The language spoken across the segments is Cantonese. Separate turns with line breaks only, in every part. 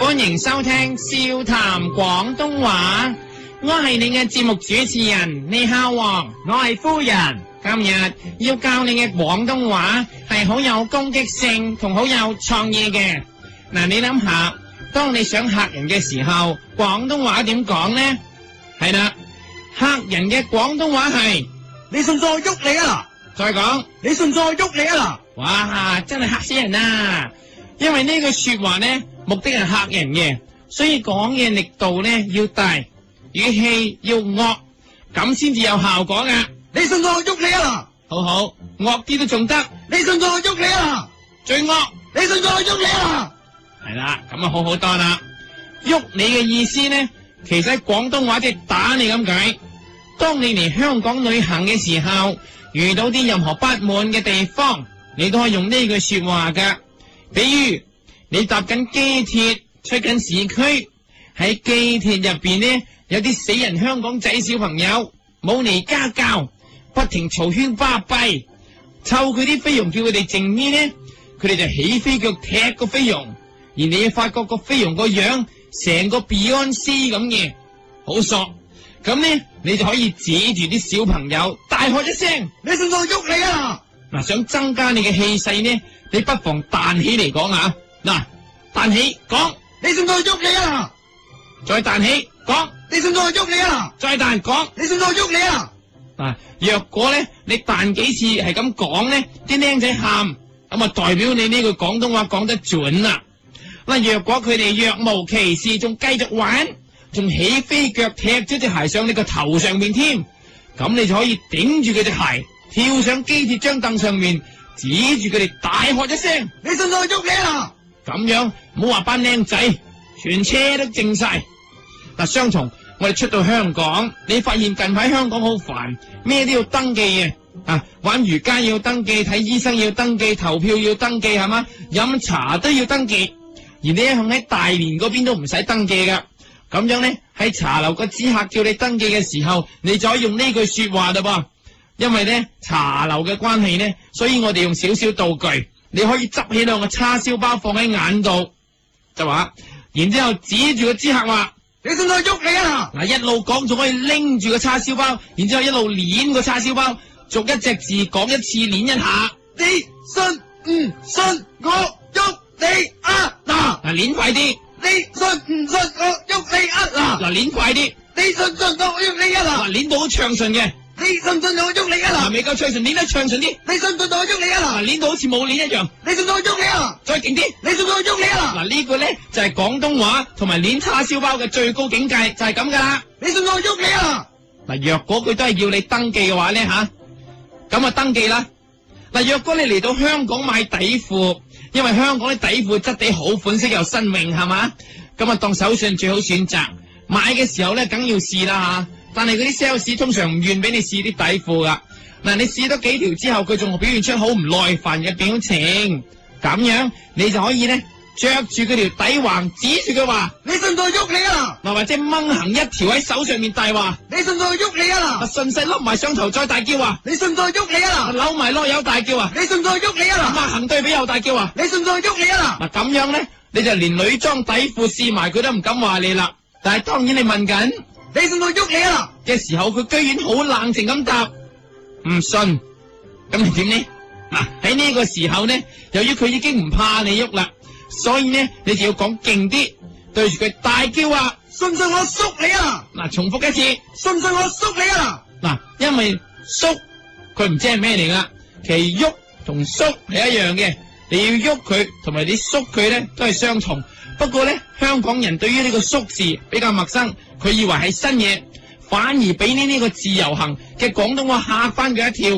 欢迎收听笑谈广东话，我系你嘅节目主持人，你好啊王。
我系夫人，
今日要教你嘅廣東話係好有攻擊性同好有創意嘅。嗱，你諗下，當你想嚇人嘅時候，廣東話點講呢？係啦，嚇人嘅廣東話係
你信唔信我喐你啊
再講，
嗱？你信唔信我喐你啊
哇，真係嚇死人啊！因為呢句说話呢，目的係嚇人嘅，所以講嘢力度呢要大，語氣要惡，咁先至有效果噶。
嗱？你信唔信我喐你啊
好好，惡啲都仲得，
嗱？你信唔信我喐你啊
最惡。
嗱？你信唔信我喐你啊
系啦，咁啊好好多啦。喐你嘅意思呢，其實喺廣東話即係打你咁解。當你嚟香港旅行嘅時候，遇到啲任何不滿嘅地方，你都可以用呢句说話噶。比如你搭緊機鐵出緊市區，喺機鐵入邊呢，有啲死人香港仔小朋友冇嚟家教，不停嘈喧巴閉，湊佢啲菲傭叫佢哋靜啲呢，佢哋就起飛腳踢個菲傭。而你發覺個菲傭個樣成個 Beyond C 咁嘅，好索。咁呢，你就可以指住啲小朋友大喝一聲。
嗱？你信唔信我喐你啊
嗱，想增加你嘅氣勢呢，你不妨彈起嚟講下。嗱，彈起講，
嗱？你信唔信我喐你啊
再彈起講，
嗱？你信唔信我喐你啊
再彈講。
嗱？你信唔信我喐你啊
嗱，若果呢，你彈幾次係咁講呢，啲僆仔喊，咁啊代表你呢句廣東話講得準啦。嗱，若果佢哋若無其事，仲繼續玩，仲起飛腳踢咗隻鞋上你個頭上面添，咁你就可以頂住佢隻鞋，跳上機鐵張凳上面，指住佢哋大喝一聲，
你信唔信我喐你啊
咁樣唔好話班僆仔，全車都靜晒。嗱，相同我哋出到香港，你發現近排香港好煩，咩都要登記嘅。啊，玩瑜伽要登記，睇醫生要登記，投票要登記，係嘛？飲茶都要登記。而你一向喺大連嗰邊都唔使登記噶。咁樣呢，喺茶樓個知客叫你登記嘅時候，你就可以用呢句说話嘞噃。因為呢茶樓嘅關係呢，所以我哋用少少道具，你可以執起兩個叉燒包放喺眼度，就話，然之后指住個知客話。
你信唔信我喐你啊
嗱，一路講仲可以拎住個叉燒包，然之后一路捻個叉燒包，逐一隻字講一次，捻一下。
嗱？你信唔信我喐你啊嗱？
嗱，捻快啲，
你信唔信我喐你啊嗱？
嗱，捻快啲，
你信唔信我喐你
嗱，
啊嗱？
捻到好暢順嘅，
你信唔信我喐你啊
嗱，
嗱？
未夠暢順，捻得暢順啲，
你信唔信我喐你啊
嗱，
嗱？
捻到好似冇捻一樣，
你信唔信我喐你啊
再勁啲。
嗱？你信唔信我喐你啊嗱？
嗱，呢個呢就係廣東話同埋捻叉燒包嘅最高境界，就係咁噶啦。
你信唔信我喐你啊
嗱，若果佢都係要你登記嘅話呢，吓、咁啊登記啦。嗱，若果你嚟到香港買底褲，因為香港啲底褲質地好，款式又新穎，係嘛？咁啊當手信最好選擇。買嘅時候呢，梗要試啦吓。但係嗰啲 sales 通常唔願俾你試啲底褲噶。嗱，你試多幾條之後，佢仲表現出好唔耐煩嘅表情，咁樣你就可以呢，着住佢條底橫，指住佢話，
你信唔信我喐你啊
嗱或者掹行一條喺手上面大話。
嗱？你信唔信我喐你啊
啊，
嗱？
顺势笠埋上頭再大叫啊！
你信唔信我喐你
啊，
啊
扭埋啰柚大叫啊！
嗱？你信唔信我喐你
啊，
啊
行對比又大叫啊！
嗱？你信唔信我喐你啊
嗱，咁樣咧，你就連女裝底褲試埋佢都唔敢話你啦。但係當然你問緊
嗱？你信唔信我喐你啊
嘅時候，佢居然好冷靜咁答，唔信，咁你點呢？嗱，喺呢個時候呢，由於佢已經唔怕你喐啦，所以呢，你就要講勁啲，對住佢大叫啊！
嗱？信唔信我縮你啊？
嗱，重複一次。
信唔信我縮你啊？
嗱，因為縮佢唔知係咩嚟噶，其喐同縮係一樣嘅，你要喐佢同埋你縮佢咧都係相同。不過咧，香港人對於呢個縮字比較陌生，佢以為係新嘢，反而俾呢呢個自由行嘅廣東話嚇翻佢一跳，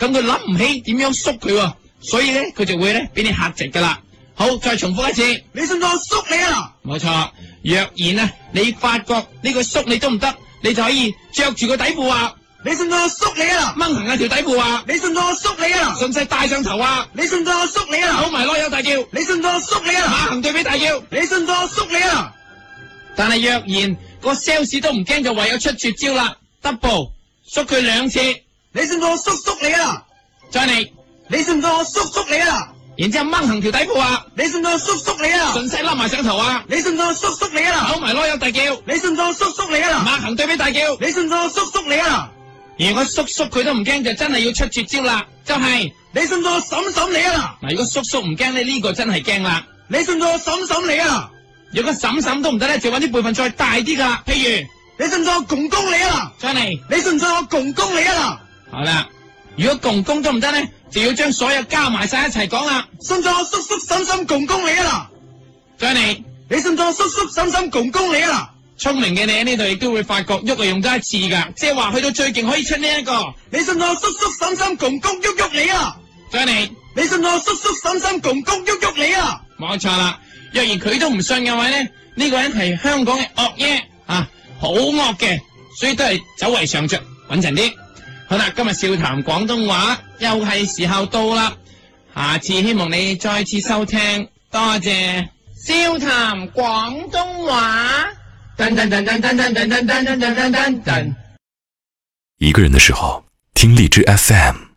咁佢諗唔起點樣縮佢喎，所以咧佢就會咧俾你嚇直噶啦。好，再重複一次。
你信唔信我縮你啊？
冇錯，若然啊，你發覺呢個縮你都唔得，你就可以着住個底褲啊。
你信唔信我縮你啊？
掹行下條底褲啊，
你信唔信我縮你啊？
順勢戴上頭啊，
你信唔信我縮你啊
扭？埋啰柚大叫，
你信唔信我縮你
馬
啊？
行對比大叫。
你信唔信我縮你啊？
但係若然個 sales 都唔驚，就唯有出絕招啦，double 縮佢兩次，
à? 你信唔信我縮縮你啊？
再嚟，
你信唔信我叔叔你啊？
然之后掹行条底裤啊，
你信唔信我叔叔你啊？
顺势笠埋上头啊，
你信唔信我叔叔你啊？
扭埋啰柚大叫，
你信唔信我叔叔你啊？
擘行对比大叫。
你信唔信我叔叔你啊？
如果叔叔佢都唔惊，就真系要出绝招啦，就系、
你信唔信我婶婶你啊？
嗱，如果叔叔唔惊咧，呢、個个真系惊啦。
你信唔信我婶婶你啊？
如果婶婶都唔得咧，就揾啲辈份再大啲噶啦，譬如
你信唔信我公公你啊？
再嚟，
你信唔信我公公你啊？
好啦。如果公公都唔得咧，就要將所有加埋晒一齊講啦。
信唔信我叔叔婶婶公公你啊？
再嚟，
你信唔信我叔叔婶婶公公你啊？
聰明嘅你喺呢度亦都會發覺喐嚟用得一次噶，即係話去到最勁可以出呢、一個。
你信唔信我叔叔婶婶公公喐喐你啊？
再嚟，
你信唔信我叔叔婶婶公公喐喐你啊？
冇錯啦。若然佢都唔信嘅話咧，呢、個人係香港嘅惡耶啊，好惡嘅，所以都係走為上着，穩陣啲。好啦，今日笑談廣東話又係時候到啦，下次希望你再次收聽，多謝笑談廣東話。噔噔噔噔噔噔噔噔噔噔噔噔噔。
一个人的时候，听荔枝 FM。